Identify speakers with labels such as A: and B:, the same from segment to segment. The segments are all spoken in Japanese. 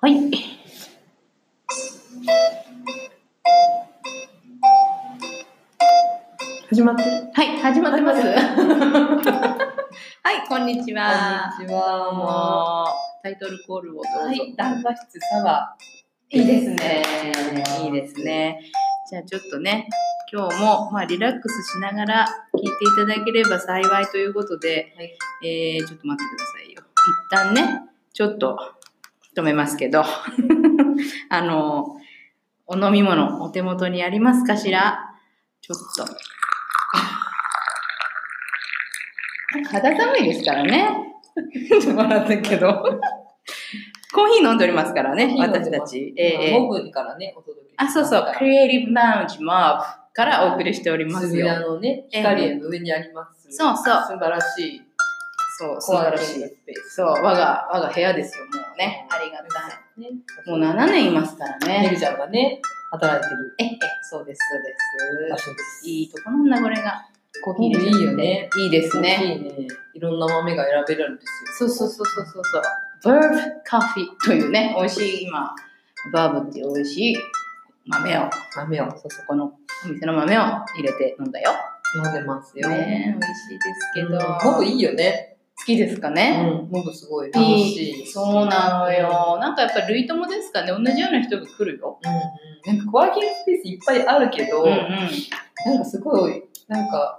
A: はい。
B: 始まってる
A: はい、始まってます。はい、こんにちは。
B: こんにちは。
A: は。タイトルコールをどうぞ。
B: はい、談話室サワー。
A: いいですね。い
B: い
A: い
B: いで
A: ですね。じゃあちょっとね、今日も、まあ、リラックスしながら聞いていただければ幸いということで、
B: はい
A: えー、ちょっと待ってくださいよ。一旦ね、ちょっと止めますけど、あの、お飲み物お手元にありますかしらちょっと。肌寒いですからね。笑ったけど。コーヒー飲んでおりますからね、
B: コーヒー飲んでま
A: 私
B: す
A: たち。
B: す
A: ええ
B: ね。モブからね、お届け。
A: あ、そうそう、クリエイティブラウンジモーブからお送りしております
B: 渋谷
A: よ。
B: のね、
A: ええ
B: 光への上にあります。
A: そうそう
B: 素晴らしい。
A: そう、素
B: コア
A: 晴
B: ラ
A: ら
B: シ
A: し
B: ー
A: い。
B: スペース。
A: そう、我が、我が部屋ですよ、もうね。
B: うん
A: ありがたい。
B: ね。
A: もう7年いますから
B: ね
A: ね。
B: るちゃんがね、働いてる
A: ええ、そうです、そう
B: 場
A: で
B: 所です。
A: す。いいとこなんだ、これが。コーヒー
B: いいよね。
A: いいですね。
B: いいね。いろんな豆が選べるんです
A: そう
B: よ。
A: そうそうそうそうそう。バーブカフィというね、美味しい、今、バーブっていう美味しい豆を、
B: 豆を
A: そうそこのお店の豆を入れて飲んだよ。
B: 飲んでますよ。
A: ね美味しいですけど。
B: モブいいよね。
A: 好きですかね、
B: うん。モブすごい楽しい。
A: そうなのよ。なんかやっぱり類友ですかね。同じような人が来るよ。
B: うんうん、なんかコワーキングスペースいっぱいあるけど、
A: うんう。
B: なんんかすごい、なんか、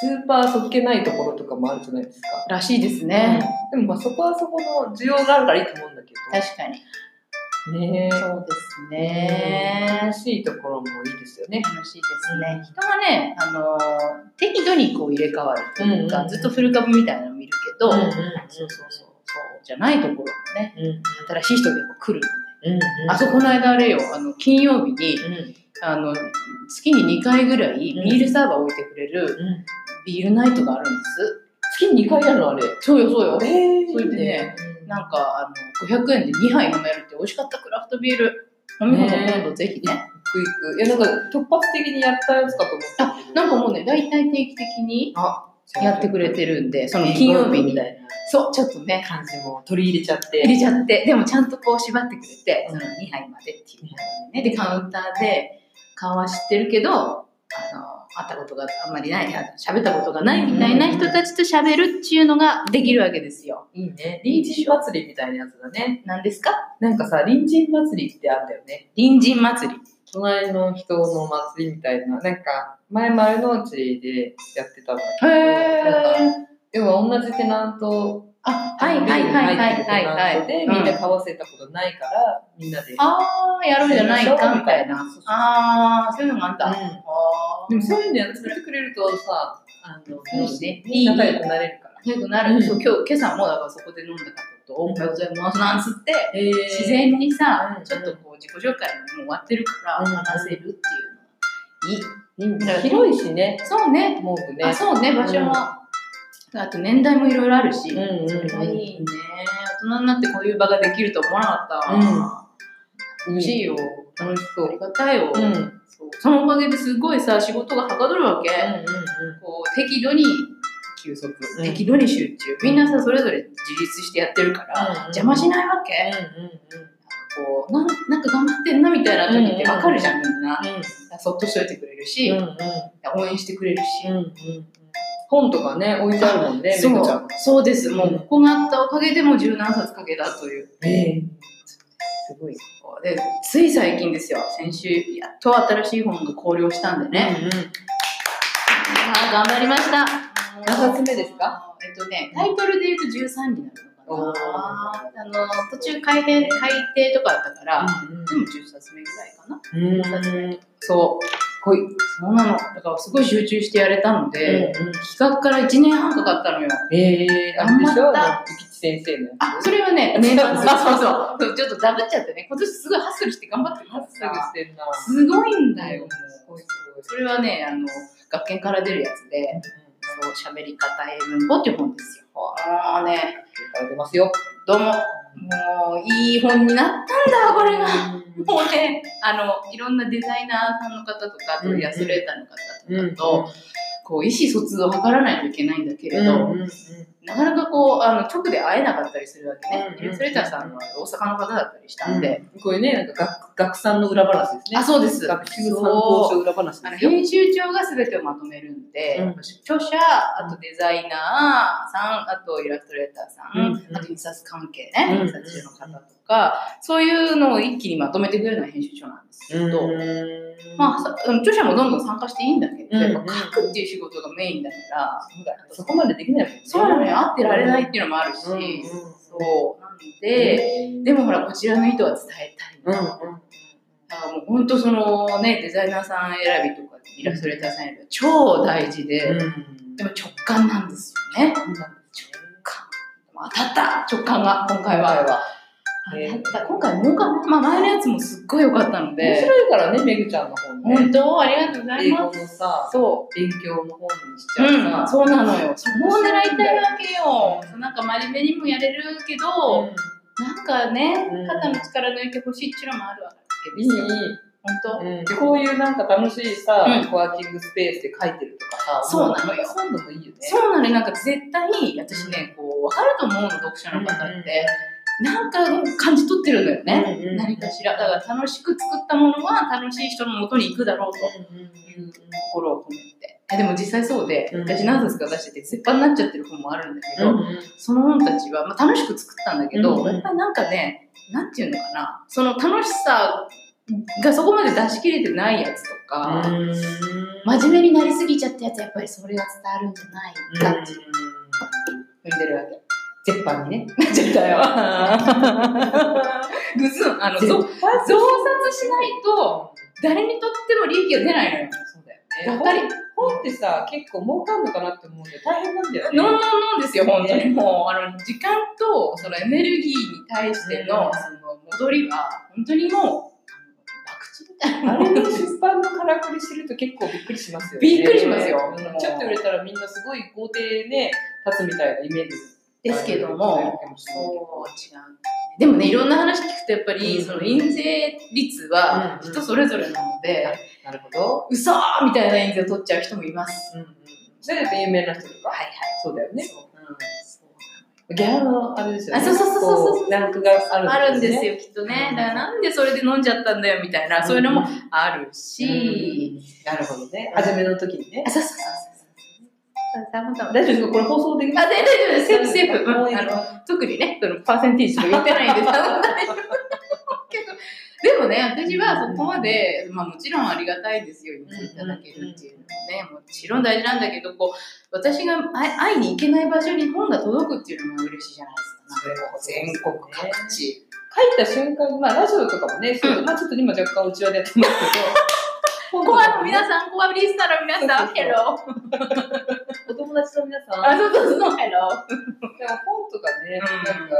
B: スーパーそっけないところとかもあるじゃないですから
A: しいですね。。
B: うんでもまあそこはそこの需要があるからいいと思うんだけど。
A: 確かに。
B: ねえ
A: そうです
B: 楽
A: ね。
B: しいところもいいですよね。
A: 楽しいですね。人がね、あのー適度にこう入れ替わるというか、
B: うんうん
A: ずっと古株みたいなの見るけ
B: う
A: ど、
B: んうん
A: そうそうそう。そうじゃないところもね、
B: うん。うん
A: 新しい人が来る。
B: うん。
A: あ、そう、この間あれよ、あの、金曜日に、
B: うん。
A: あの、月に2回ぐらいビールサーバー置いてくれる
B: うん。
A: ビールナイトがあるんです。
B: 月に2回やるのあれ。
A: そうよ、そうよ。
B: ええ
A: それでね、なんか、あの、500円で2杯飲めるって美味しかったクラフトビール。飲み物
B: ね
A: 今度ぜひね。
B: クイック。いや、なんか突発的にやったやつかと思ったけど。
A: なんかもうね、大体定期的に
B: あ、
A: やってくれてるんで、
B: そ
A: その
B: の
A: 金
B: 金
A: 曜
B: 曜
A: 日
B: 日
A: に
B: み。たいな。
A: そう、ちょっとね、
B: 感じも取り入れちゃって。
A: 入れちゃって、でもちゃんとこう縛ってくれて、
B: う
A: そ
B: ん
A: の2杯までっていう感じでね。で、カウンターで、顔は知ってるけど、あの、会ったことがあんまりない、あ喋ったことがないみたいな人たちと喋るっていうのができるわけですよ。
B: いいね。隣人祭りみたいなやつだね。
A: 何ですか
B: なんかさ、隣人祭りってあったよね。
A: 隣人祭り。
B: 隣の人の祭りみたいな。なんか、前丸の内でやってたんだけど。なんか
A: へー。
B: 要は同じテナント、
A: あ、はいはいはいはいはいはい。
B: で、
A: うん
B: みんな交わせたことないから、みんなで。
A: ああ、やろうじゃないかみたいな
B: そうそう。
A: ああ、そういうのがあった。
B: うんでもそういうのやってくれるとさ、あの、
A: いいね
B: みんな仲良くなれるから。
A: よくなる、
B: うん
A: そう今日、今朝もだからそこで飲んだ方と、おはようございますなんつって、
B: えー
A: 自然にさ、
B: うん
A: ちょっとこう自己紹介も終わってるから、
B: うん
A: 話せるっていうのがいい。
B: 広いしね、
A: そうね。
B: モーブ
A: あ
B: ね。
A: そうね、場所も。あと年代もいろいろあるし、
B: うんうんうん
A: それはいいね。大人になってこういう場ができると思わなかった。
B: うん
A: 嬉しいよ。
B: 楽しそ
A: あ
B: う
A: り。がたいよ。
B: うん。うんうん
A: そうそのおかげですごいさ仕事がはかどるわけ、こう適度に休息、
B: うん
A: 適度に集中みんなさそれぞれ自立してやってるから、
B: うんうん
A: 邪魔しないわけ、こうなんなんか頑張ってんなみたいな時ってわかるじゃんみんな、そっとしといてくれるし、応援してくれるし、
B: 本とかね、置いてあるもんね、
A: そ
B: みこちゃ。
A: うんそうです、も
B: う
A: うんここがあったおかげでもう十何冊かけたという
B: ええすごい。
A: でつい最近ですよ先週やっと新しい本が考慮したんでね、あー頑張りました。
B: 何冊目ですか
A: えっとね、タイトルで言うと13になるのかな。あの、途中改編、改訂とかあったから、でも10冊目ぐらいかな。
B: うん。うん。
A: そう。
B: こい。
A: そうなの。だからすごい集中してやれたので、企画から1年半かかったのよ。
B: ええあれでしょゆきち先生の。
A: あ、それはね、年末。そうそうそう。ちょっとダブっちゃってね、今年すごいハッスルして頑張ってる
B: すぐしてんな。
A: すごいんだよ、もう。
B: ごいすごい。
A: それはね、あの、学研から出るやつで、そう、喋り方英文法っていう本ですよ。ああね、
B: 出ますよ。
A: どうも。もう、いい本になったんだ、これが。もうね、あの、いろんなデザイナーさんの方とか、あとイラストレーターの方とかと、こう、意思疎通を図らないといけないんだけれど、
B: うん。
A: なかなかこう、あの、直で会えなかったりするわけね
B: う。ん
A: イルストレーターさんは大阪の方だったりしたんで。
B: これね、なんか学学さんの裏話ですね。
A: あ、そうです。
B: 学習参考書裏話
A: あの
B: ですよ。
A: 編集長が全てをまとめるんで、
B: うん
A: 著者、あとデザイナーさん、あとイラストレーターさ
B: う
A: ん、
B: ん
A: あと印刷関係ね、
B: うん
A: 印刷所の方とか、そういうのを一気にまとめてくれるのが編集長なんですけど、まあ、さうん著者もどんどん参加していいんだけど、
B: うん
A: やっぱ書くっていう仕事がメインだから、
B: そこまでできないもんね
A: そうなのよ、合ってられないっていうのもあるし、
B: うんうん
A: そう。なので、でもほら、こちらの意図は伝えた
B: うん
A: いな。だからもう本当そのね、デザイナーさん選びとか、イラストレーターさん選びは超大事で、
B: うん
A: でも直感なんですよね。当たった直感が、今回は。
B: ね
A: 当たった。今回もか、まあ前のやつもすっごい良かったの
B: 面
A: で、
B: 白いからね、めぐちゃんの本ね。
A: 本当ありがとうござい
B: 英語
A: ま
B: のさ
A: す。、そう。
B: 勉強の本にしち
A: う
B: ゃ
A: ん、
B: うさ。
A: そうなのよ。そこを狙いたいわけよ
B: う。ん
A: そうなんか真面目にもやれるけど、なんかね
B: うん、
A: 肩の力抜いてほしいっていうのもあるわけ
B: い
A: で
B: い、い
A: す
B: い
A: よ。本
B: うんでこういうなんか楽しいさ、
A: うん
B: コワーキングスペースで書いてるとかさ、
A: そうなのよ
B: 今度もいいよね。
A: 当。そうなのよ。なんか絶対に、私ね、こう、わかると思うの、読者の方って。なんか感じ取ってるのよね。
B: ね
A: 何かしら。だから楽しく作ったものは楽しい人の元に行くだろうと。いう心を込めて。えでも実際そうで、
B: うん
A: 私何冊か出してて、絶版になっちゃってる本もあるんだけど、
B: うん
A: その本たちは、まあ、楽しく作ったんだけど、
B: うんうん
A: やっぱりなんかね、なんていうのかな、その楽しさがそこまで出し切れてないやつとか、真面目になりすぎちゃったやつ、やっぱりそれが伝わるんじゃないかって言ってるわけ。
B: 絶版にね。
A: なっちゃったよ。ぐずん、あの、
B: 絶
A: ぞ増
B: 版
A: 刷しないと、誰にとっても利益が出ないのよ。
B: そうだよね。
A: がっかり
B: 本本ってさ、結構儲かんのかなって思うんで大変なんだよね。
A: ノンノンノンですよ、本当に。
B: ね
A: もう、あの、時間と、そのエネルギーに対して
B: う
A: の
B: ん、
A: その、戻りは、本当にもう、あの博打みたいな。
B: あれの出版のからくりすると結構びっくりしますよね。
A: びっくりしますよ
B: うんちょっと売れたらみんなすごい豪邸ね、立つみたいなイメージ。
A: ですけども、そう、違う。でもね、いろんな話聞くと、やっぱり、
B: うん
A: その、印税率は、
B: うん
A: 人それぞれなので、
B: なるほど。
A: 嘘ーみたいな印税を取っちゃう人もいます。
B: うんうん。それだと有名な人とか。はいはい。そうだよね。ギャラのあれですよね。
A: あそうそうそうそうそう
B: こランクがある
A: あるんです
B: よ。
A: よ、きっとね。だから、なんでそれで飲んじゃったんだよ、みたいな、そういうのも
B: ん
A: あるし、
B: なるほどね。初めの時にね
A: あ、。そうそうそうそう。たまたま
B: 大丈夫ですかこれ放送でき
A: あ、
B: い
A: で、大丈夫です。セーフ、セーフ。
B: もう
A: う
B: いい
A: ん
B: の
A: あの、特にね、そのパーセンテージとか言ってないんです。あの大丈夫けどでもね、私はそこまで、まあもちろんありがたいですよ、言っていただけるっていうのもね、もちろん大事なんだけど、こう、私が会会いに行けない場所に本が届くっていうのも嬉しいじゃないですか。なんかこう全国各地。
B: 書いた瞬間に、まあラジオとかもね、そうまあちょっと今若干うちわでやってますけど、
A: コ
B: 今度
A: アの皆さん、コアリスターの皆さん、ヘロー。
B: お友達の皆さん、
A: あ、そうそうそう、ヘ ロー。
B: でも本とかね、
A: うん
B: なんか、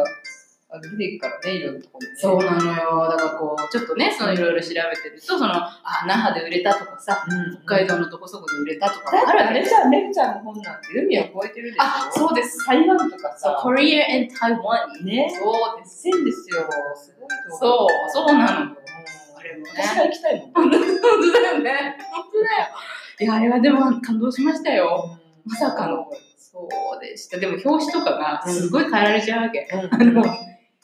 B: あの出ていくからね、いろんなところにね、
A: そうなのよ。だからこう、ちょっとね、そのいろいろ調べてると、その、あ、那覇で売れたとかさ、
B: うん
A: 北海道のどこそこで売れたとか
B: だ
A: あ
B: か
A: る
B: ら
A: わ
B: あ
A: け
B: れ
A: で
B: じ
A: す
B: ゃん、めぐちゃんの本なんて海を越えてるでしょ。
A: あ、そうです。
B: 台湾とか
A: そう、
B: さ、
A: コリア and Taiwan。
B: ね
A: そうです。
B: せんですよ。すごいと思
A: そう、そうなの。
B: うん
A: あれもね
B: 私が行きたいもん。
A: 本当だよね。本当だよ。いや、あれはでも感動しましたよ。まさかの。そうでした。でも表紙とかがすごい変えられちゃうわけ。
B: うん。
A: あの、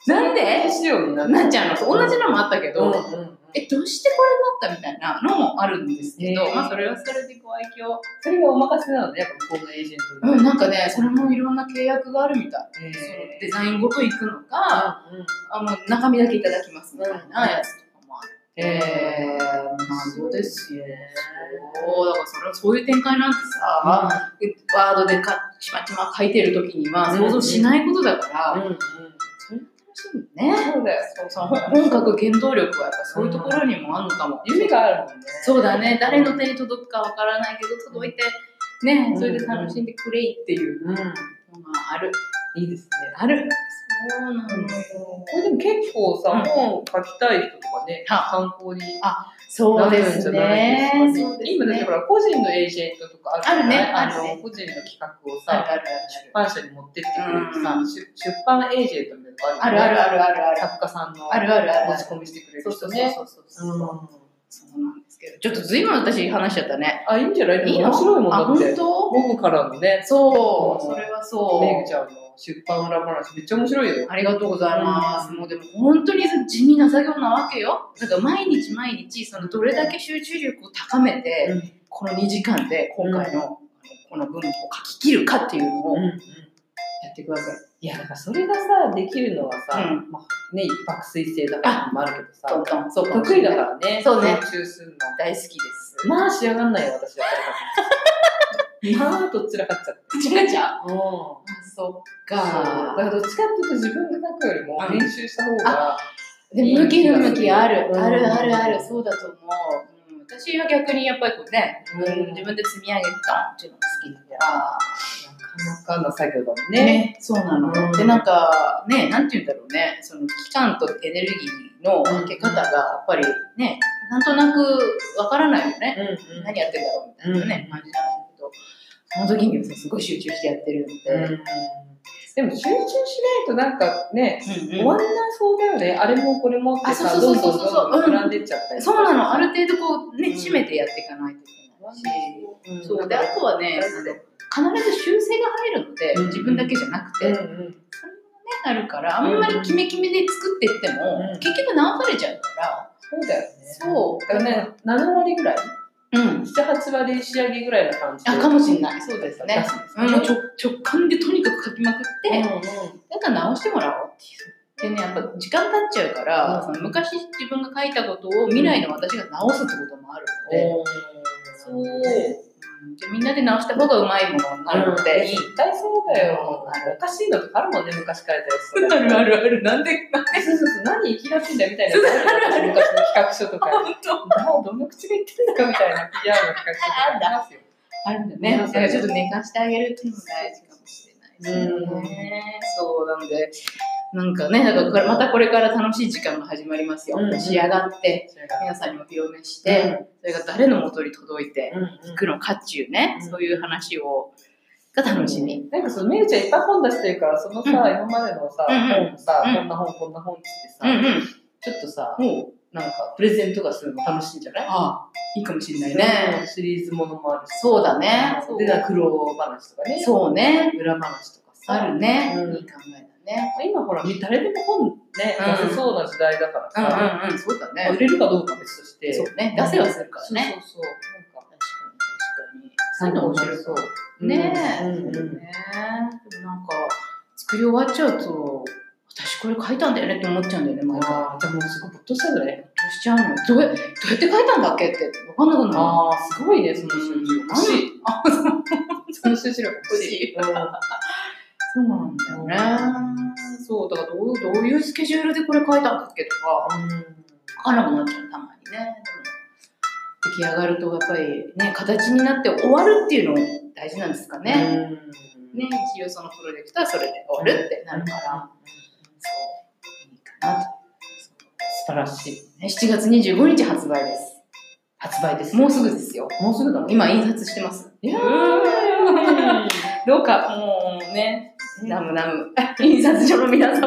A: なんで
B: 資料にな
A: なっちゃうのそう同じのもあったけ
B: うん
A: ど、
B: うん
A: え、どうしてこれになったみたいなのもあるんですけ
B: へ
A: ど、
B: ー
A: まあそれはそれでご愛嬌。
B: それがお任せなのね、やっぱ向こうのエージェント
A: うん、なんかね、それもいろんな契約があるみたい。
B: え
A: そ
B: ー
A: のデザインごと行くのか、
B: うんうん
A: あの中身だけいただきますみたいなやつとかもある。
B: えー、
A: 謎です
B: よ。
A: おーだからそれそういう展開なんてさ、
B: あ、
A: ワードでかちまちま書いてる時には
B: うん
A: 想像しないことだから、
B: うんうん。
A: それも楽しいよね。
B: そうだよ。
A: その本本書く原動力はやっぱそういうところにもあるのかも。
B: 夢があるもんね。
A: そうだね、誰の手に届くかわからないけど届いて、ね、それで楽しんでくれいっていう
B: うん。
A: のがある。
B: いいですね。
A: ある。そうなのよ。
B: これでも結構さ、
A: うん
B: 本を書きたい人とかね、
A: は
B: 参考に
A: そ
B: な
A: う
B: る
A: で
B: んじ
A: す
B: ゃない
A: ね
B: で。すか
A: そ
B: ね。
A: うですね
B: 今だってほら、個人のエージェントとかあるじゃない
A: あるねあるね
B: の、個人の企画を
A: ある
B: さ、
A: ある
B: 出版社に持ってってくれるさ、
A: うん
B: 出出版エージェントみたいなの
A: ある。ある
B: ある。
A: あるあるあるある。
B: 作家さんの
A: あるあるあるある
B: 持ち込みしてくれ
A: そ
B: る
A: う
B: 人
A: そう
B: ね。
A: そうそうそう。そうなんですですけど。ちょっとずいぶん私話しちゃったね。
B: あ、いいんじゃないで
A: いい
B: も
A: の
B: 面白いもん
A: あ、
B: だっ
A: 本
B: て。
A: 当
B: 僕からのね、
A: そう、それはそ
B: めぐ
A: う。
B: ちゃんの出版裏話めっちゃ面白いよ。
A: ありがとうございます。もうでも本当に地味な作業なわけよ。だから毎日毎日、そのどれだけ集中力を高めて、
B: うん
A: この2時間で今回の、あのこの文を書き切るかっていうのをや
B: ん。
A: っていくわけ。
B: いや、なんかそれがさ、できるのはさ、
A: うん
B: まあ、ね、一泊水星だからもあるけど
A: トン
B: さ、
A: トンそうかもし
B: 得
A: れ
B: 意
A: な
B: だ
A: い
B: からね、
A: そうね
B: 集中する
A: 大好きです。
B: の。まあ、仕上がんないよ、私だから。まあ、どっちらかっちゃって。
A: ちがちゃ
B: うん。そ
A: そっ
B: うだか
A: か。
B: らどっちかっていうと自分で書くよりも
A: うん
B: 練習した方が、
A: でも向き不向きある、
B: うん
A: あるあるある、そうだと思う。うん、私は逆にやっぱりこうね、自分
B: うん
A: 自分で積み上げたっていうのが好きだから。
B: なかなかな作業だもんね。
A: ね、そうなの。
B: うん
A: で、なんか、ね、なんて言うんだろうね、その期間とエネルギーの分け方が、やっぱりね、なんとなくわからないよね。
B: うん、
A: 何やってんだろうみたいなね、感じなんだけど、その時にはさすごい集中してやってるので。
B: うん。でも集中しないとなんかね、
A: うんう
B: 終
A: ん
B: わんなそうだよね。あれもこれもって
A: あ
B: さ、
A: そ
B: ど
A: うんそう
B: ど
A: そ
B: ん
A: うそうそう
B: どんどん膨らんでっちゃったり
A: そうなの、ある程度こう、ね、
B: うん
A: 締めてやっていかないといけないし。
B: うん
A: そうで、あとはね、あの必ず修正が入るので、
B: うん
A: 自分だけじゃなくて、
B: うん
A: ね、
B: うん
A: なるから、あんまりキメキメで作っていっても、
B: うん
A: 結局直されちゃうから、
B: そうだよね。
A: そう
B: だからね、7割ぐらい、
A: う
B: 7、
A: ん。
B: 8割仕上げぐらいな感じで。
A: あ、かもしれない。そうですね。うん、もう直直感でとにかく書きまくって、
B: うんうん
A: なんか直してもらおうっていう。でね、やっぱ時間経っちゃうから、
B: うん
A: その昔自分が書いたことを未来の私が直すってこともあるので、
B: おー
A: そう、うんでみんなで直した方がうまいものになるの
B: うん
A: で、
B: 絶対そうだよ。
A: あ
B: おかしいのとかあるもんね、昔書いたやつと
A: あ
B: か。
A: るあるある、なんで、
B: そうそうそう何言い出すんだよみたいなのがあるじゃん。昔の企画書 とか。
A: 本当
B: もうどの口が言ってるのかみ たいな PR の企画とかありますよ。
A: あるんだね。
B: う
A: だ
B: ん
A: からちょっと寝かしてあげるっていうのも大事かもしれないです
B: うん
A: ね。そうなんで、なんかね、だからこれまたこれから楽しい時間が始まりますよ。
B: うん
A: 仕上がって、
B: それが
A: 皆さんにお披露目して、それが誰の元に届いて
B: うん
A: いくのかっていうね、
B: うん
A: そういう話を、が楽しみ。
B: なんかそのめぐちゃんいっぱい本出してるからそのさ、
A: うん
B: 今までのさ、
A: うんうん
B: 本もさ、
A: うん
B: こんな本こんな本っつってさ、
A: ん。
B: ちょっとさ
A: もう、
B: なんかプレゼントがするの楽しいんじゃない
A: ああ、いいかもしれないね。
B: シリーズものもあるし
A: そうだねそう
B: でなんか苦労話とかね
A: そうね。
B: 裏話とかさ
A: あるね。
B: うん
A: いい考えだね。
B: 今ほら誰でも本ね
A: うん
B: 出せそうな時代だからさ、
A: んうん、そうだ
B: まあ売
A: ね。
B: れるかどうかは別として
A: そうね。出せはするからね。
B: そうそうそうなんか
A: 確かに確かに。そういうの面白い。
B: そう
A: ねえ、
B: うんうん
A: ねえでもなんか作り終わっちゃうと私これ書いたんだよねって思っちゃうんだよね毎回ど
B: ああでもすごいぶっとしたんじゃないう
A: しちゃうのどうやどうやって書いたんだっけって分かんなくなるの
B: ああ、すごいね、その集中
A: うん
B: 力。しい。
A: あそう
B: その集中力欲しい。うん
A: そうなんだよねそうだからどうどういうスケジュールでこれ書いたんだっけとか分からなくなっちゃうたまにねでも出来上がるとやっぱりね形になって終わるっていうの大事なんですかね、
B: ね。
A: ね、一応そのプロジェクトはそれで終わるってなるから、そう、いいかなと。
B: 素晴らしい。
A: ね7月25日発売です。
B: 発売です。
A: もうすぐですよ。
B: もうすぐだね。
A: 今印刷してます。
B: いや
A: ーどうか、もうね、ナムナム、印刷所の皆様、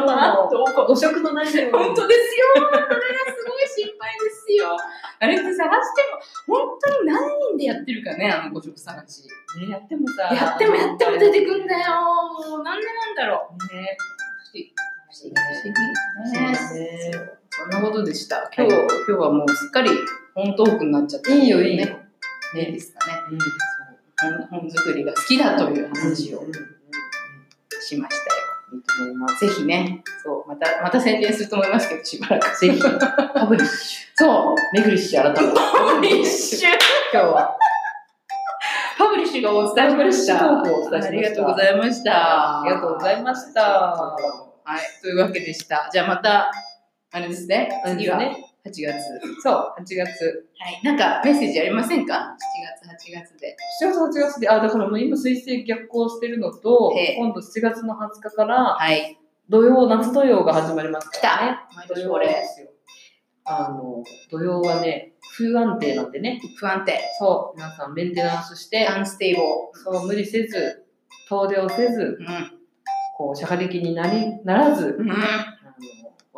A: どうか。
B: 誤色のないように
A: 本当ですよ。それがすごい心配ですよ。あれって探しても、本当に何人でやってるかね、あの五色探し。
B: ね、やってもさ。
A: やってもやっても出てくんだよ。もうなんでなんだろう。
B: ね。
A: 不思議不思議ね。
B: ね
A: そんなことでした。今
B: 今
A: 日、
B: 日
A: 今日はもうすっかり本トークになっちゃった。
B: いいよ、いいよ。
A: ね。ねですかね。
B: うん。
A: 本本作りが好きだという話を
B: うんうんうん
A: しましたよ。
B: いいと思います。
A: ぜひね、そう、また、また宣伝すると思いますけど、しばら く。
B: ぜひ、パブリッシ
A: そう、
B: ュ。めぐりっしゅ改めて。パ
A: パブリッシュ。
B: 今日は。
A: パブリッシュがお伝えしました。
B: パブリッシュトークをお伝えしました
A: ありがとうございました。
B: ありがとうございました
A: はい、というわけでした。じゃあまた、あれですね、次は8
B: ね。
A: 月。
B: そう、8月。
A: はい、なんかメッセージありませんか ?7 月、8月で。
B: 7月8月で、あ、だからもう今水星逆行してるのと
A: ええ、
B: 今度7月の20日から
A: はい。
B: 土曜、夏土曜が始まります
A: 来
B: からね。
A: た毎
B: 土
A: 年
B: 曜
A: こ
B: で
A: れ
B: すよ。あの、土曜はね、不安定なんでね、
A: 不安定
B: そう、皆さんメンテナンスして、
A: アンステイボ
B: そう、無理せず、遠出をせず、
A: ーうん
B: こう、社会的になり、ならず、
A: うん
B: あの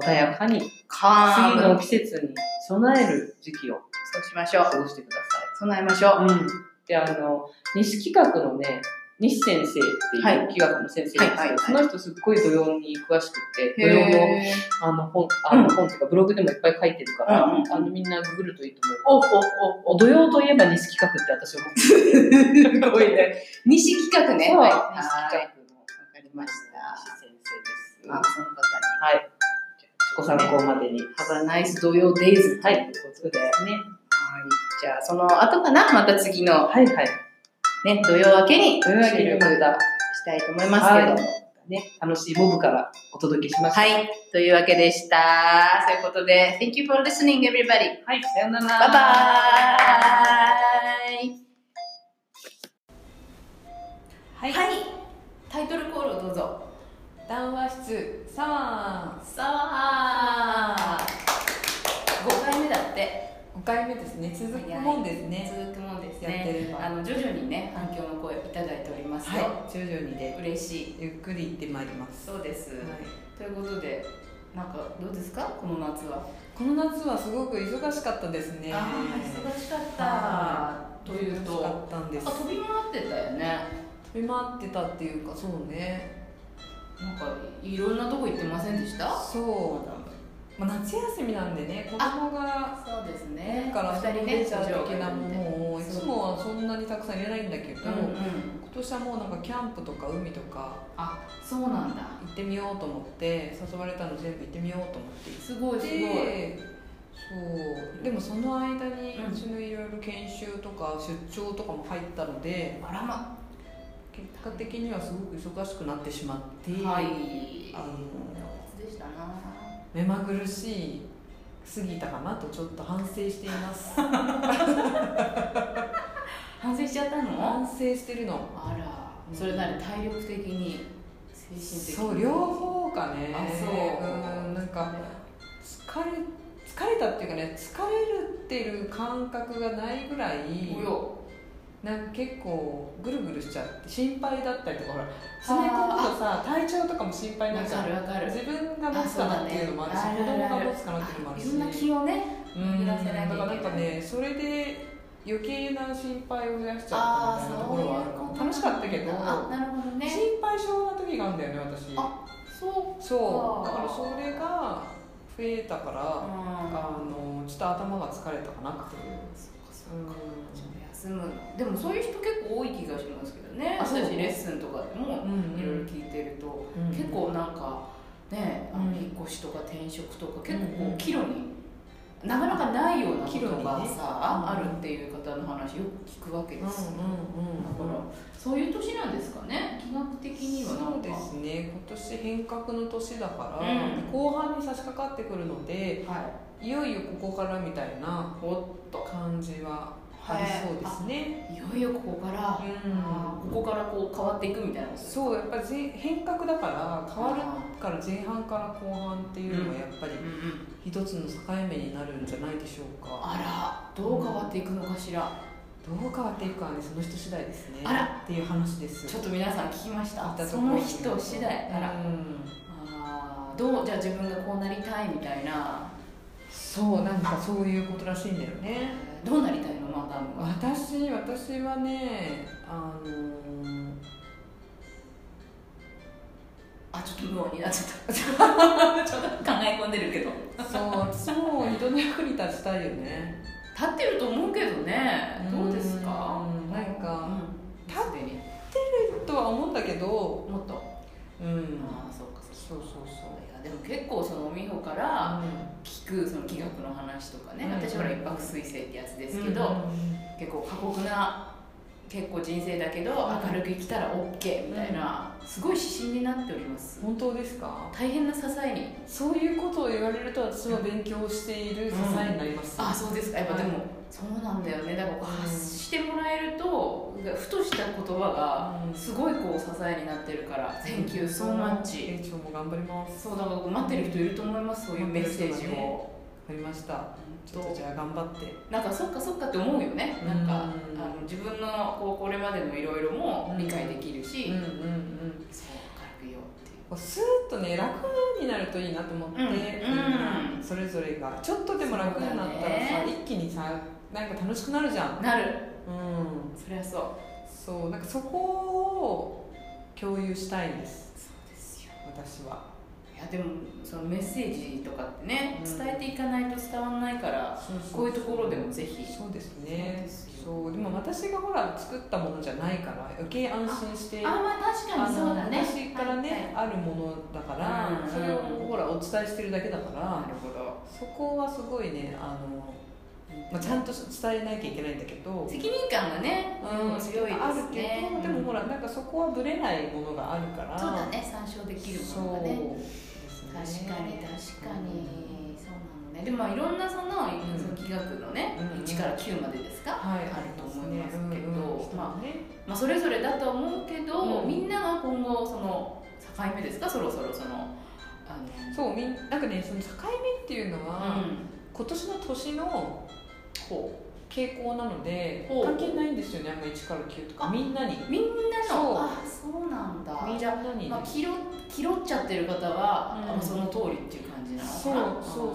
B: 穏やかに、
A: カ
B: 次
A: ー
B: の
A: ム
B: 季節に備える時期を
A: そうしましょう。
C: 過ごしてくだ
A: 備えましょう。
C: さい。うん。で、あの、西企画のね、西先生っていう
A: はい
C: 企画の先生なんですけど、
A: はいはいはい
C: その人すっごい土曜に詳しくて、土曜の
A: へー
C: あの本、あの本っていうかブログでもいっぱい書いてるから、
A: うんうん
C: あのみんなググるといいと思うよ。
A: おおおお。
C: お土曜といえば西企画って私思って
A: すごいね。西企画ね。
C: そう
A: はい。
C: 西企
A: はい
C: 画の
A: わかりました。
C: 西先生です。
A: あ、その方に。
C: はい。ご参考までに。
A: Have a nice 土曜 days。
C: はい。と
A: とう
C: いう
A: こ
C: ことと
A: で。
C: で
A: はい。
C: すね。
A: じゃあ、その後かなまた次の
C: はいはい。
A: ね、土曜明けに
C: というわけで、また
A: したいと思いますけど。
C: ね、楽しいモブからお届けしました。
A: はい。というわけでした。ということで、Thank you for listening, everybody.
C: はい。さよなら。
A: バイバイ。
B: はい、タイトルコールをどうぞ談話室サワ
A: さあ、5回目だって。
B: ン5回目ですね続くもんですね
A: 続くもんです
B: やって
A: ね
B: れ。ば
A: あの徐々にね、反響の声をいただいておりますよ。
B: はい徐々にで
A: 嬉しい。
B: ゆっくり行ってまいります、
A: そうです。
B: はい
A: ということで、なんかどうですかこの夏は。
B: この夏はすごく忙しかったですね
A: あー、忙しか
B: は
A: った。という
B: 忙しか
A: と、
B: ったん
A: な
B: で
A: ん
B: す
A: か飛び回ってたよね。
B: 飛び回ってたっていうかそうね
A: なんかいろんなとこ行ってませんでした？
B: そう、まあ、夏休みなんでね子供が
A: そうですね
B: だから
A: 二人
B: レ
A: ね、
B: ジャー的なも
A: を。
B: のをいつもはそんなにたくさん入れないんだけど、
A: うんうん。
B: 今年はもうなんかキャンプとか海とか
A: あ、そうなんだ。
B: 行ってみようと思って誘われたの全部行ってみようと思って
A: すごいすごい。
B: でそうでもその間に
A: うん
B: うちのいろいろ研修とか出張とかも入ったので
A: あらま。
B: 結果的にはすごく忙しくなってしまって、
A: はい。
B: あの
A: でしたな。
B: 目まぐるしい過ぎたかなとちょっと反省しています
A: 反省しちゃったの？
B: 反省してるの
A: あら。それなり体力的に精神的に。
B: そう両。方かね
A: あそう
B: うんなんか疲れ疲れたっていうかね疲れるっていう感覚がないぐらい
A: およ。
B: なんか結構ぐるぐるしちゃって心配だったりとかほら詰め込むとさ体調とかも心配に
A: わ
B: なっちゃ
A: か
B: う
A: るわかる。
B: 自分が持つかなっていうのもあるし
A: あそう
B: 子
A: だね
B: 供が持つかなっていうのもあるし
A: いろんな気をね。
B: うん
A: 減らせなきゃいけない
B: だからなんかねそれで余計な心配を増やしちゃったみたいなところはあるかも楽しかったけど
A: あ、なるほどね。
B: 心配性な時があるんだよね私
A: あそう。
B: そう
A: か
B: だからそれが増えたから、
A: うん
B: あのちょっと頭が疲れたかなっていう、
A: そうかそうか
B: う
A: 休むでもそういう人結構多い気がしますけどね
B: あそう
A: 私レッスンとかでも
B: んうん
A: いろいろ聞いてると、
B: うん
A: 結構なんかねあの
B: うん
A: 引っ越しとか転職とか結構
B: うん
A: こ
B: う
A: うん岐路になかなかないようなこ
B: 岐路に
A: と
B: ね
A: が
B: う
A: さ、
B: ん
A: あるっていう方の話よく聞くわけ
B: うんう
A: です、だ
B: ん
A: か
B: う
A: ら
B: ん
A: そういう年なんですかね気学的にはなんか
B: そうですね今年変革の年だから、
A: うん
B: 後半に差し掛かってくるので
A: はい
B: いよいよここからみたいな
A: おっと
B: 感じはありそうですね、
A: いよいよここから、あ
B: う
A: ー
B: ん
A: ここからこう変わっていくみたいなこと
B: そうやっぱり前変革だから変わ
A: あ
B: るから前半から後半っていうのはやっぱり
A: ーうんうん
B: 一つの境目になるんじゃないでしょうか
A: あらどう変わっていくのかしら、
B: どう変わっていくかはねその人次第ですね
A: あら
B: っていう話です
A: ちょっと皆さん聞きました
B: 聞いたと
A: そ
B: ころ
A: の
B: に
A: 人次第あら、
B: うん
A: あーどうじゃあ自分がこうなりたいみたいな
B: そうなんかそういうことらしいんだよね
A: どうなりたいのマダムは
B: 私私はねあのー
A: あちょっと無 音になっちゃったちょっと考え込んでるけど
B: そう私も人の役に立ちたいよね
A: 立ってると思うけどねどうですか
B: うんなんか
A: うん
B: 立っ
A: すでに
B: とは思うんだけど
A: もっと
B: うん
A: ああそうかそ
B: そう
A: うか
B: そうそう
A: いやでも結構そのおみほか
B: う
A: ら
B: ん
A: 聞くその気学の話とかね、
B: うん
A: 私ほら一泊水星ってやつですけど、
B: うん
A: 結構過酷な結構人生だけど
B: うん
A: 明るく生きたら OK みたいな、すごい指針になっております
B: 本当ですか
A: 大変な支えに
B: そういうことを言われると私は勉強している支えになります、
A: あそうですかやっぱでも、
B: はい
A: そうなんだよねだからこ
B: うん
A: う発してもらえるとふとした言葉
B: うん
A: がすごいこう支えになってるから「Thank you so much
B: 成長も頑張りま」す
A: そうだからこう待ってる人いると思いますそういうメッセージ
B: 待ってる人が
A: を、
B: わかりましたちょっ
A: 本
B: とじゃあ頑張って
A: 当なんかそっかそっかって思うよねなん
B: う
A: か、
B: ん
A: あの自分のこうこれまでのいろいろも理解できるし、
B: うんうんうん
A: そう明るくよっていう
B: こうスーッとね楽になるといいなと思って、
A: うんうん
B: みんなそれぞれがちょっとでも楽になったら
A: そうだ
B: さ、
A: ね
B: 一気にさなんか楽しくなるじゃん
A: なる
B: うん
A: そりゃそう
B: そうなんかそこを共有したいんです
A: そうですよ
B: 私はい
A: やでもそのメッセージとかってね、
B: うん
A: 伝えていかないと伝わらないからこういうところでもぜひ
B: そうですね
A: そ
B: そうでも私がほら作ったものじゃないから余計安心して
A: まあ確
B: あの昔からね、あるものだから、
A: うん
B: それをほらお伝えしてるだけだから、
A: はいはいなるほど
B: そこはすごいねあの、まあ、ちゃんと伝えなきゃいけないんだけど、
A: 責任感がね、
B: うん
A: 強いで
B: ある
A: す
B: け
A: ね
B: どでもほらなんかそこはぶれないものがあるから
A: そうだね参照できるものがね
B: そう
A: 確
B: ですね
A: かに確かに、そうなのねでもいろんなそのその器楽のね、
B: うん
A: 1から9までですか、
B: はい、
A: あると思いますけど、ま
B: あね、
A: あ、まあそれぞれだと思うけど、
B: うん
A: みんなが今後その境目ですかそろそろそのあの
B: そうみんなんかねその境目っていうのは、
A: う
B: 今年の年のこう傾向なので
A: ほう
B: 関係ないんですよねあんま1から9とか
A: あ
B: みんなにみん
A: ん、みんな
B: そう
A: のあそうなんだ
B: なに
A: じゃあ、まあ、気取気取っちゃってる方は、
B: うん
A: あその通りっていう感じなの
B: そ
A: か
B: う
A: な
B: そうそう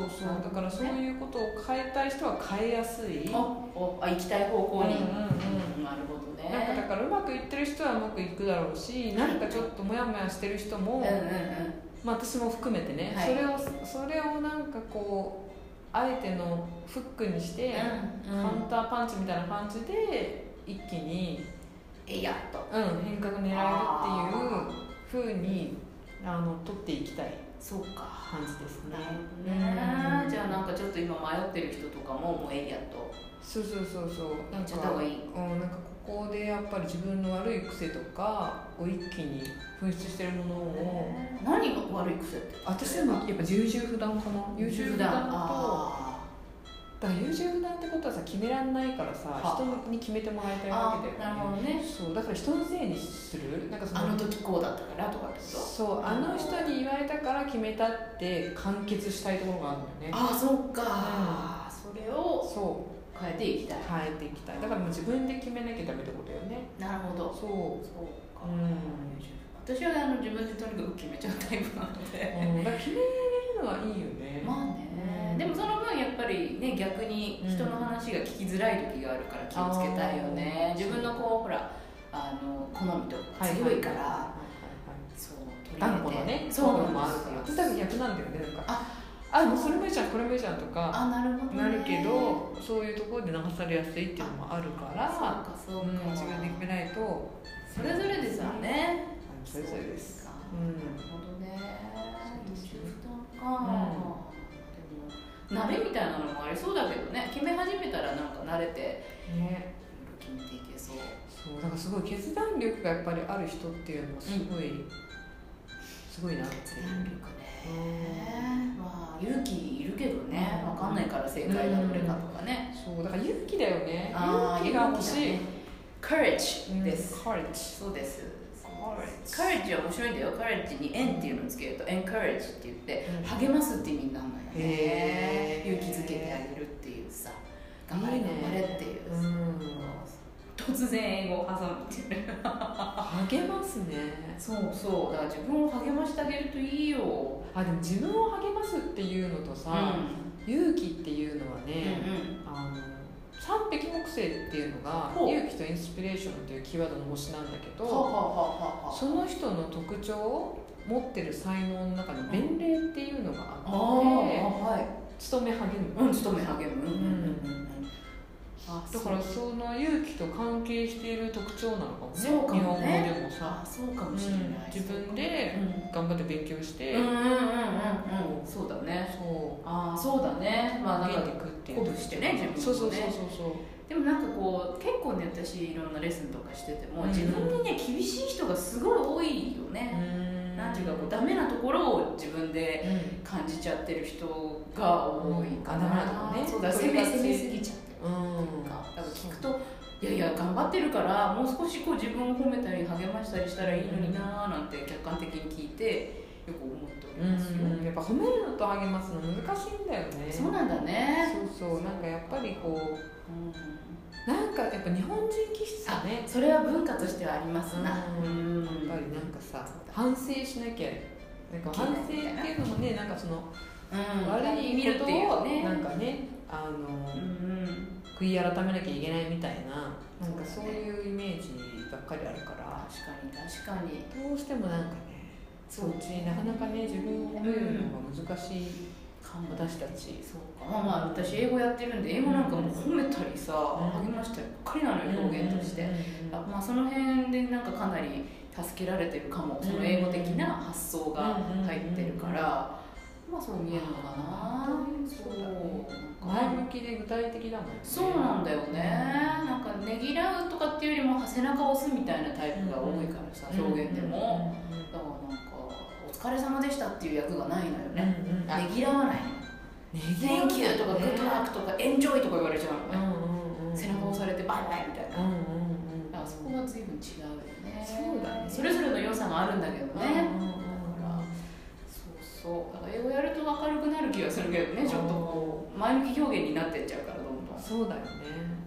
B: そうそう
A: あー
B: だからそういうことを変えたい人は変えやすい
A: あおあ行きたい方向に、
B: うんうんうん
A: なるほどね
B: なんかだからうまくいってる人はうまくいくだろうしなんかちょっとモヤモヤしてる人も、
A: うんうんうん
B: まあ、私も含めてね、
A: はい
B: それをそれをなんかこうあえてのフックにして、
A: うん
B: カウンターパンチみたいな感じで一気に、
A: えいやっと
B: うん、変革狙えるっていう風にあの取っていきたい
A: そうか
B: 感じですね
A: なるほどね、
B: うん
A: じゃあなんかちょっと今迷ってる人とかももうえいやと
B: そうそうそうそうな
A: や
B: ん
A: っちゃっ
B: か
A: た方がいい
B: うん、なんかここでやっぱり自分の悪い癖とかを一気に噴出してるものを、
A: 何が悪い癖って
B: 私はやっぱ優柔不断かな優柔不断と
A: あ
B: だから優柔不断ってことはさ決めらんないからさ
A: は
B: 人に決めてもらいた
A: ー
B: いわ
A: あ
B: け
A: ー
B: だよ
A: なる
B: ね
A: ほどね
B: そうだから人のせいにするなんかその
A: あの時こうだったからとかってこと
B: そうあの人に言われたから決めたって完結したいところがあるんだよね
A: ああそっか、それを
B: そ
A: 変えていきたいう
B: 変えていきたいだからもう自分で決めなきゃダメってことだよね
A: なるほど
B: そ
A: そうか、
B: うん
A: 私はあの自分でとにかく決めちゃうタイプなの
B: う、
A: で
B: うん、だから決められるのはいいよね
A: まあねでもその分やっぱりね逆に人の話が聞きづらい時があるから気をつけたいよね、
B: うん
A: 自分のこうほらあの好みとか強いから、そう取り入れ
B: 断
A: て
B: 固なね
A: そう
B: ところも
A: な
B: あるから
A: ん
B: 私
A: です
B: 多
A: よ
B: 分逆なんだよねなんか
A: あ
B: あもうそれもいいじゃんこれもいいじゃんとか
A: あなるほど、ね、
B: なるけどそういうところで流されやすいっていうのもあるか
A: そ
B: ら
A: うかそううか、
B: ん自分で決めないと
A: それぞれですよね
B: それぞれです
A: そうか
B: うん
A: なるほどね
B: そうですね
A: 負担か、でも慣れみたいなのもありそうだけどね決め始めたらなんか慣れて
B: ね
A: 決めていけそう
B: そうだからすごい決断力がやっぱりある人っていうのはすごい、すごいなって
A: 決断力ねまあ勇気いるけどね分かんないから正解がどれかとかね
B: そうだから勇気だよね
A: あー
B: 勇気が欲しい、
A: Courage です、
B: カレッジ
A: そうですカ
B: Courage
A: レッジは面白いんだよカレッジに「円」っていうのをつけると「エンカレッジ」って言って
B: うん
A: 励ますって意味になるのよね
B: へー
A: 勇気づけてあげるっていうさ頑張れ
B: いいね
A: 頑張れっていう
B: うん
A: 突然英語を挟むっていう
B: 励ますね
A: そうそうだから自分を励ましてあげるといいよ
B: あでも自分を励ますっていうのと
A: う
B: さ、勇気っていうのは
A: うん
B: ね、あの三匹木星っていうのが
A: ほう
B: 勇気とインスピレーションっていうキーワードの星なんだけ
A: はは
B: ど
A: ははは
B: その人の特徴を持ってる才能の中に弁礼っていうのが
A: ああ
B: あって
A: はい
B: 勤め励む、
A: うん、勤め励む。うんあ、
B: だからその勇気と関係している特徴なのかもね
A: そうかも
B: 日本語
A: ね
B: でもさ、
A: あ、そうか
B: う
A: も
B: ん
A: しれない。
B: 自分
A: う
B: で
A: ん。
B: 頑張って勉強して、
A: うんうんうんうんうん。そうだね。
B: そう
A: ああ、そうだね。まあなん
B: 元気
A: か
B: に食って
A: 鼓舞してね自分もね
B: そうそうそうそう
A: でもなんかこう結構ね私いろんなレッスンとかしてても、
B: うん
A: 自分にね厳しい人がすごい多いよ
B: そう
A: ね。
B: ん
A: なんていうかこうダメなところを自分で感じちゃってる人
B: うんあ
A: が多いか
B: ダメなと
A: な。
B: こね
A: そうだ。
B: これ
A: 攻
B: が
A: め攻めすぎちゃってる。
B: うん
A: なんかだから聞くといやいや頑張ってるからもう少しこう自分を褒めたり励ましたりしたらいいのになーなんて客観的に聞いてよく思っておりますよ、
B: うん、やっぱ褒めるのと励ますの難しいんだよね
A: そうなんだね、
B: そうそうなんかやっぱりこ
A: うん、
B: うなんかやっぱ日本人気質だね
A: それは文化としてはありますな
B: うん
A: うん
B: やっぱりなんかさ
A: そうだ
B: 反省しなきゃなんか反省っていうのもねなんかその
A: うん
B: 悪いことを
A: ね
B: なんかねあの、
A: うん
B: 悔い改めなきゃいけないみたいななんかそういうイメージばっかりあるから
A: 確かに確かに
B: どうしてもなんかねそ
A: そう
B: っちになかなかね自分を褒めるのが難しい
A: かも
B: 私たち
A: そうかまあまあ私英語やってるんで英語なんかもう褒めたりさ、
B: うん
A: 励ましたりばっかりなのよ表現として、あまあその辺でなんかかなり助けられてるかもその英語的な発想が入ってるから、まあそう見えるのかな
B: 本当にそうだね
A: そう
B: 前向きで具体的だもんね
A: そうなんだよねなんかねぎらうとかっていうよりも背中を押すみたいなタイプが多いからさ、表現でも、だからなんか「お疲れ様でした」っていう役がないのよ
B: うん
A: ね、
B: うんうんあ
A: ねぎらわない
B: ね
A: の「Thank you」とか「Good luck」とか「Enjoy」とか言われちゃうの
B: う
A: ね、
B: んうんうん
A: 背中押されて「バイバイ」みたい
B: う
A: な、
B: んうんうん
A: だからそこが随分違うよね
B: そうだね
A: それぞれの良さがあるんだけどね、
B: うんうんうん
A: だからそうそうだから英語やると明るくなる気がするけどねちょっとこう前向き表現になってっちゃうからどんどん
B: そうだよね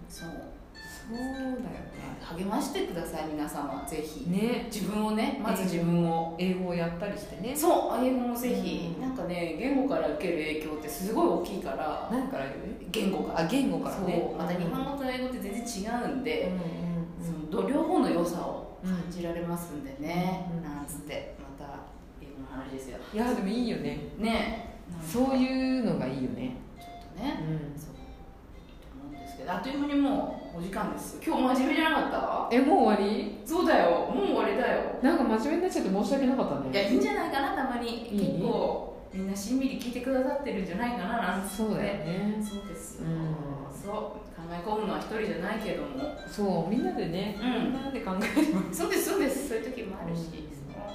A: そう
B: そうだよね
A: 励ましてください皆様ぜひ、
B: ね
A: 自分をねまず自分を、
B: 英語をやったりしてね
A: そう英語もぜひ、
B: うん
A: なんかね言語から受ける影響ってすごい大きいから
B: 何から言う
A: 言語から
B: あ言語からね
A: そうまた日本
B: 語
A: 語と英語って全然違うん
B: うん
A: で、
B: うん
A: そのど両方の良さを
B: うん
A: 感じられますんでね、
B: うん
A: なんつってまた英語の話ですよ
B: いやでもいいよね
A: ねえなんか
B: そういうのがいいよね
A: ちょっとね
B: うん
A: そういいと思うんですけどあっという間にもうお時間ですよ今日真面目じゃなかっ
B: えもう終わり
A: たそうだよもう終わりだよ
B: なんか真面目になっちゃって申し訳なかった
A: いや
B: ね
A: いいんじゃないかなたまに
B: いい
A: 結構みんなしんみり聞いてくださってるんじゃないかななんて
B: そうだよね
A: そうですよ、
B: うん
A: そう考え込むのは一人じゃないけども
B: そうみんなでね
A: うん
B: みんなで考えれば
A: そうですそうですそういう時もあるし、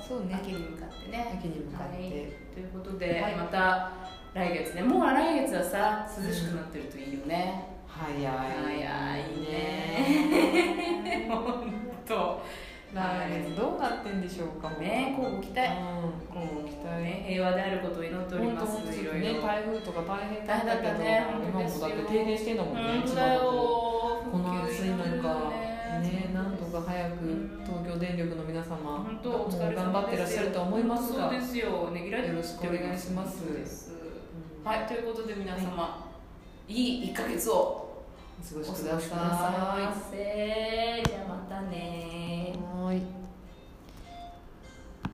B: そう
A: その
B: ね
A: 秋に向かってね
B: 秋に向かっ
A: はい
B: て
A: ということで、
B: はい
A: また来月ねもう来月はさ涼しくなってるといいよね、
B: 早い
A: 早い
B: ね
A: 本当
B: 来
A: 来
B: 月どうなってんでしょうか
A: 月ねこうご期
B: う
A: 待
B: ん
A: こう
B: 期待
A: ね平和であることを祈っており
B: 本
A: ま
B: 当本当
A: すいろいろ
B: ね台風とか大変だったけど
A: 大変だったね
B: 今もだって停電してんだもんね
A: 本当だよ
B: この暑い中ねなんと
A: か
B: か早く東京電力の皆様
A: 本当
B: も
A: お
B: う
A: 疲れ様です
B: 頑張ってらっしゃると思いますが
A: そうですよねぎらい
B: よろしくお願いします
A: そうです
B: うん
A: はいということで皆様、い、い1ヶ月を
B: お過ご
A: お
B: し
A: 過
B: く
A: ご
B: だ
A: しくだ
B: さ
A: さいませじゃあまたね
B: いはーい